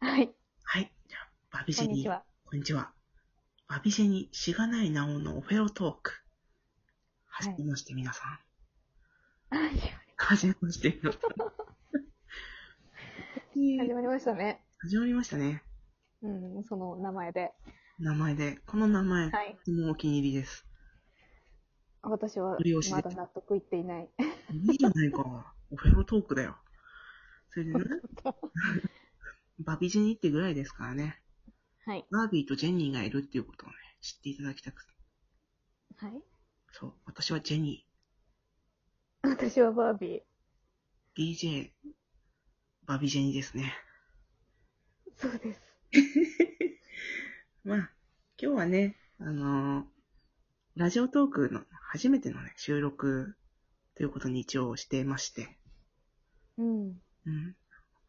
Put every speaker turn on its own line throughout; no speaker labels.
はい。
はい。じゃあ、バビ
こ
ジェ
んに
ニ
ち
ー、
は。
こんにちは。バビジェニー、しがないなおのオフェロトーク。はいじめまして、皆さん。
あ
はじめま して、皆さん。
始まりましたね。
始まりましたね。
うん、その名前で。
名前で。この名前、と
はい。
てもお気に入りです。
私は
ご利用しで
まだ納得いっていない。
いいじゃないか。オフェロトークだよ。そ れでね、バビジェニーってぐらいですからね。
はい。
バービーとジェニーがいるっていうことをね、知っていただきたく。
はい。
そう、私はジェニ
私はバービー。
ー、DJ、バビジェニーですね。
そうです。
まあ、今日はね、あのーラジオトークの初めてのね、収録ということに一応してまして、
うん。
うん。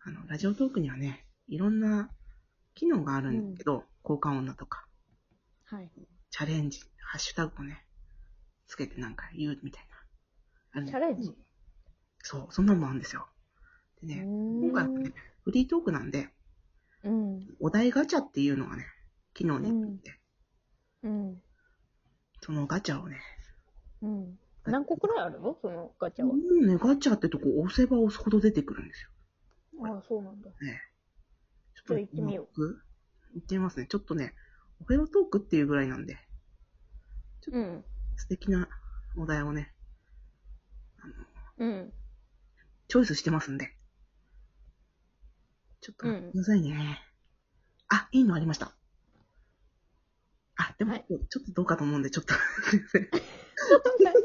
あの、ラジオトークにはね、いろんな機能があるんだけど、交換音だとか、
はい。
チャレンジ、ハッシュタグをね、つけてなんか言うみたいな。あの
チャレンジ
そう、そんなのもあるんですよ。でね、
今
今回はね、フリートークなんで、
うん。
お題ガチャっていうのがね、機能にあって、
うん。
そのガチャをね、
うん。何個くらいあるのそのガチャは。
うんね、ガチャってとこ押せば押すほど出てくるんですよ。
ああ、そうなん
ち
だ。
ょ
じゃあ行ってみよう
う。行ってみますね。ちょっとね、オフェロトークっていうぐらいなんで、
うん。
素敵なお題をね、あの、
うん。
チョイスしてますんで。ちょっと、
う
ご
ん
めんなさいね。あ、いいのありました。あ、でも、
はい
ちょっとどうかと思うんで、ちょっと、 すいません。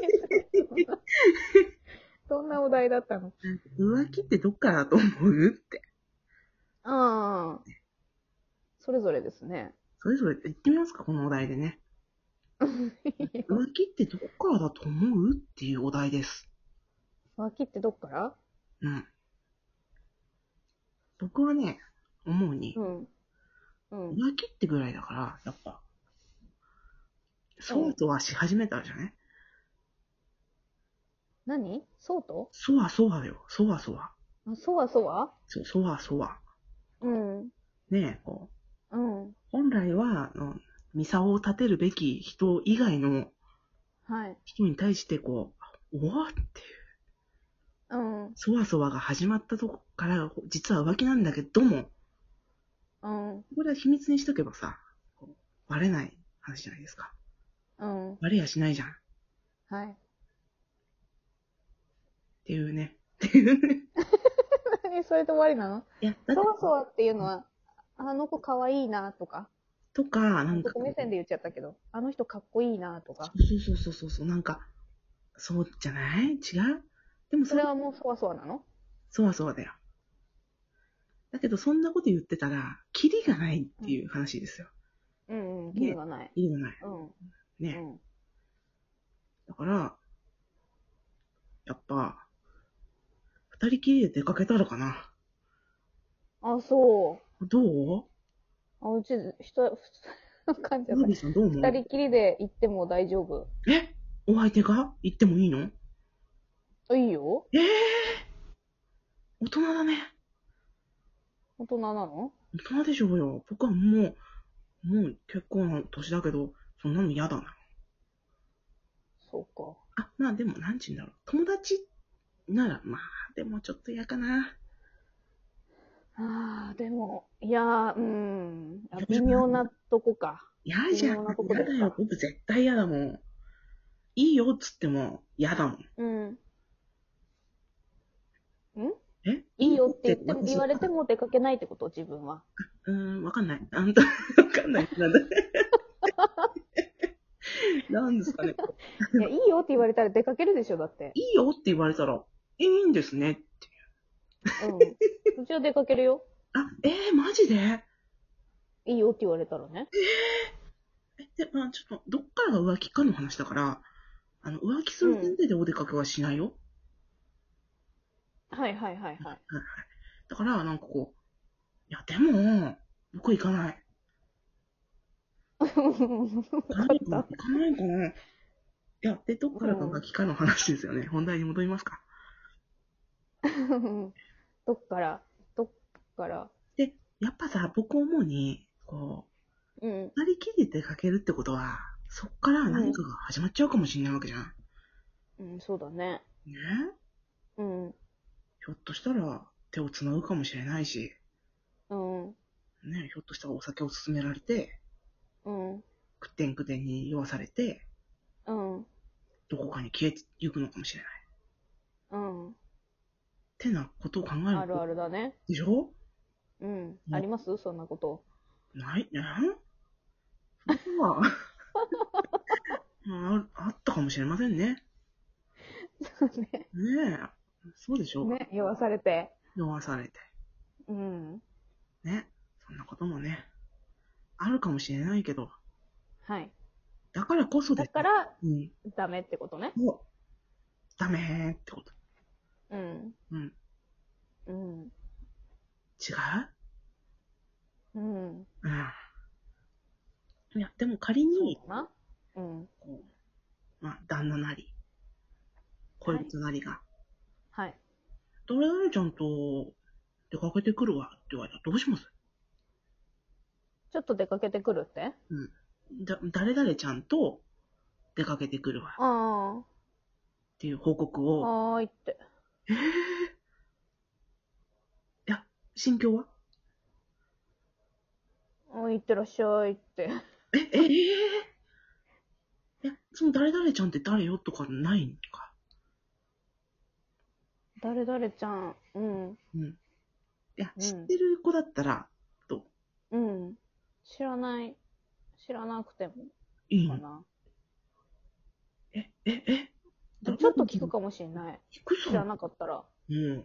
そんなお題だったの。
浮気ってどっからだと思うって。
ああ。それぞれですね。
それぞれ言ってみますか、このお題で ね。浮気ってどっからだと思うっていうお題です。
脇ってどっから
うん。僕はね、思うに
う、ん。うん。
浮気ってぐらいだから、やっぱ、そわそわし始めたらじゃない
何そうと
そわそわよ、そわそわ。
あ、そわそわ
そ、そわそわ。
うん。
ねえ、こう、
うん。
本来は、あの、ミサを立てるべき人以外の
はい。
人に対して、こう、おわっていう、
うん。
そわそわが始まったとこから、実は浮気なんだけども、
うん。
これは秘密にしとけばさ、こうバレない話じゃないですか。
うん。
バレやしないじゃん。っ
はい。
ていうね。っていうね。
何それで終わりなの
いや、だ
そ
って
わそわっていうのは、あの子可愛いなとか、
とか、なんか
男
こう、
目線で言っちゃったけど、あの人かっこいいなとか、
そうそうそうそうそう、なんか、そうじゃない違うでも
そ
そ
れ
れ
はもうそわそわなの
そわそわだよ。だけど、そんなこと言ってたら、キリがないっていう話ですよ。
うんうん、
ね
キリがない。
キリがない。
うん。う
ね。
ん。
だから、やっぱ、二人きりで出かけたらかな。
あ、そ
どう
う。あ、うち、人、噛んじゃっ
ノ
た
ビさんどう思う
二人きりで行っても大丈夫。
えお相手が行ってもいいの
あいいよ
ええ大人だね。
大人なの
大人でしょうよ。僕はもう、もう結構な年だけど、そんなの嫌だな。
そうか。
あ、まあでも、なんちゅうんだろう。友達なら、まあ、でもちょっと嫌かな。
ああ、でも、いやー、うん。あ微妙なとこか。
嫌じゃん。
微妙なとこ
嫌
で
だ
すか
よ。僕絶対嫌だもん。いいよっつっても嫌だもん。
うん。
え
いいよって言っても、言われて
も。
も出かけないってこと自分 は。
うーん、わかんない。あんた、わかんない。なんだ。 なんですかね。
いや、いいよって言われたら出かけるでしょ、だって。
いいよって言われたら、いいんですね。
うん。うちは出かけるよ。
あ、えー、マジで
いいよって言われたらね。
え、で、まあちょっと、どっからが浮気かの話だから、あの、浮気する前提でお出かけはしないよ。
はいはいは
は
いはい。
いはい。だから、なんかこう、いや、でも、僕行かない。
わか
何
った
か。行かないかな。いや、で、どっからが浮気かの話ですよね。本題に戻りますか。
どっから、どっから。
で、やっぱさ、僕主に、こ
うん。
う、二人きりで出かけるってことは、そっから何かが始まっちゃうかもしれないわけじゃん。
うん、そうだね。
ね
うん。
ひょっとしたら手を繋ぐかもしれないし、
うん。
ねひょっとしたらお酒を勧められて、
うん。
くってんくてんに酔わされて、
うん。
どこかに消えてゆくのかもしれない。っ
うん。
てなことを考える
あるあるだね。
でしょ
うん。
うん
ありますそんなこと。
ないねそは ああったかもしれませんね。
そうね。
ねえ。そうでしょうか。
ね、酔わされて。
酔わされて。
うん。
ね。そんなこともね、あるかもしれないけど、
はい。
だからこそで
だ
す
から、
うん。
ダメってことね。
もう、ダメーってこと。
うん。
うん。違う
うん。うん。
うん。いや、でも仮に
そ、うだな。うん。
こう、まあ、旦那なり、恋人なりが、
はい。
どれ々ちゃんと出かけてくるわって言われたらどうします
ちょっと出かけてくるって
だ、誰々ちゃんと出かけてくるわっ
あ
ていう報告
あ。
を、
はーいって。
いや、心境は
うん、いってらっしゃいって。
え、ええええその誰々ちゃんって誰よとかないんか。
誰々ちゃん。うん。
うん。いや、
うん
知ってる子だったら、と、
うん。知らない。知らなくても
いい
か
の
な。
え、え、え
でもちょっと聞く。かもしんない。
聞く
知ら
さ。
なかったら。
うん。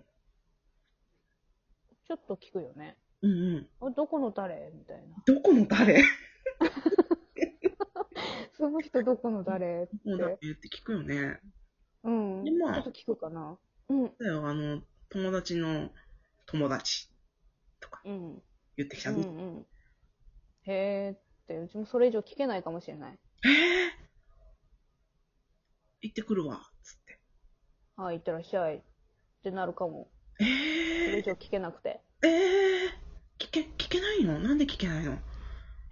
ちょっと聞くよね。
うんうん。
あどこの誰みたいな。
どこの誰
その人どこの誰っ。
もうだってて聞くよね。
うん。ち
今
ょっと聞くかな。うん。
だよ、あの、友達の友達
うん。
言ってき
う
たの。
んうん。へーって、うちもそれ以上聞けないかもしれない。
えー、行ってくるわ、つって。
はい、いってらっしゃい。ってなるかも。それ以
え
上聞けなくて。
ー、えー、聞け、聞けないのなんで聞けないの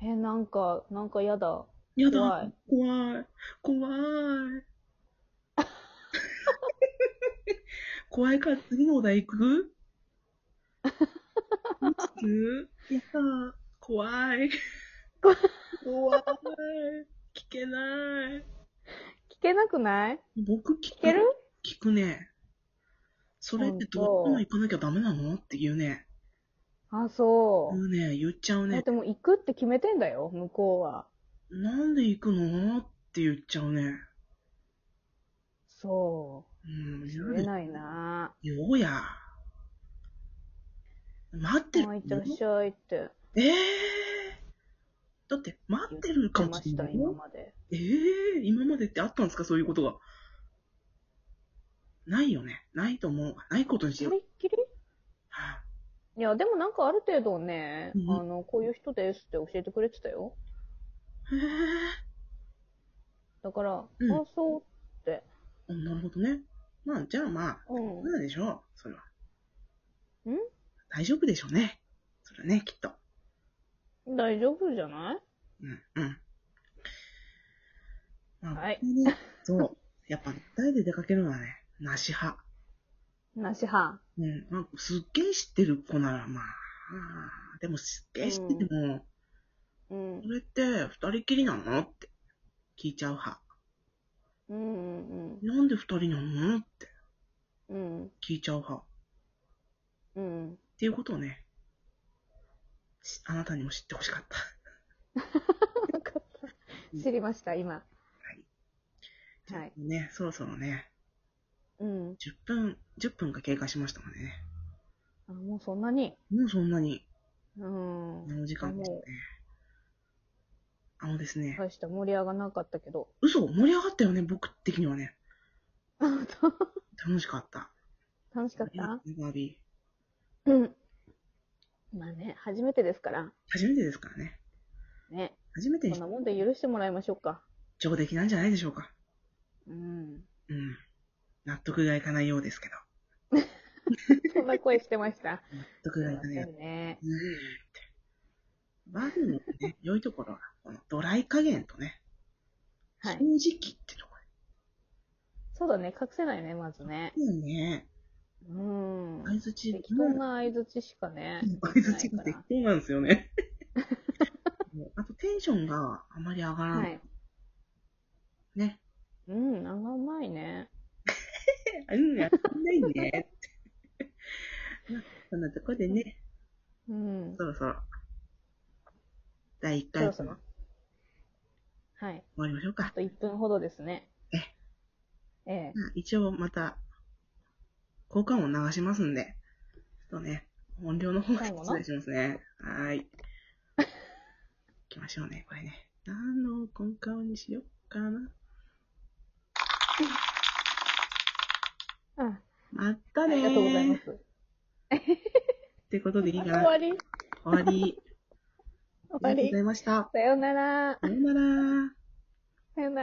えー、なんか、なんかやだ。
や
怖
だ
い、
怖い、 怖い。怖いから次のお題行くいつやだ、怖い。怖い。聞けない。
聞けなくない
僕聞
聞ける
聞くね。それってどっちも行かなきゃダメなのって言うね。
あ、そ
言うね、言っちゃう
う。だっ
ね。
てもう行くって決めてんだよ、向こうは。
なんで行くのって言っちゃうね。
そ
うん、
う。知れないな
ようや。待って
ぁ。
る
はい、いってらっしゃいって
えー、だって待
言
っ
って
るか
て
も
ま
しれ
し
な
た、
い。
今まで。
えー、今までってあったんですかそういうことが。ないよね。ないと思う。ないことにし
そ
よ
れ
う。
っきり
はい
や、でもなんかある程度ね、
うん
あの、こういう人ですって教えてくれてたよ。
あへー。
だから、
うん
あ、そう。
あなるほどね。まあ、じゃあまあ、
うん
そうなんでしょう、それは。
ん
大丈夫でしょうね。それはね、きっと。
大丈夫じゃない
うん、うん。まあ
はい。
僕ねそう。やっぱ、二人で出かけるのはね、なし派。
なし派。
うん。まあ、すっげえ知ってる子なら、まあ、でもすっげえ知ってても、
うん
そ。れって二人きりなのって聞いちゃう派。
うんうん
なんで二人なのって
うん。うん。
聞いちゃう派。
うん。
っていうことをね、しあなたにも知ってほしかった。
わかった。知りました、今。はい。はい。
ね、そろそろね、
うん。
10分、10分が経過しましたのでね。
あ、もうそんなに。
もうそんなに、
うん。
この時間ですね。あのですね、
大した盛り上がらなかったけど。
嘘盛り上がったよね、僕的にはね。楽しかった。
楽しかっ
あ
た
りがとうねバービー。
うん。まあね、初めてですから。
初めてですからね。
ね。
初めて
こ
に
んなもんで許してもらいましょうか。
上出来なんじゃないでしょうか。
うん。
うん。納得がいかないようですけど。
そんな声してました。
納得がいかねえ。
ね。
うんってバンのね、 良いところは、このドライ加減とね、
はい。
正直ってとこ
そうだね、隠せないね、まずね。
ろ。いいね。
うん。
合図チーム。
適当な相づちしかね。
合図チーム適当なんですよね。 もうあとテンションがあまり上がら
は
ない。
い。
ね。
うん、あんまうまいね。
うん、やってないね。 まあそんなとこでね、
うん。
そろそろ、第1
そ
回
ろ
終
そろ。はい。
わりましょう
あ
か。
と1分ほどですね。
え
ええ。
まあ一応また、交換音流しますんで、ちょっとね、音量の方が
最後の
失礼しますね。はーい。行きましょうね、これね。何の交換音にしようかな。
あ、
また
あ
ねー
りがとうございま
っ
す。
てことでいいか
あ
な。
終わり
終わり。
終
あ
わ
りがとう
り
ござ。いました。
さようなら。
さようなら。
さようなら。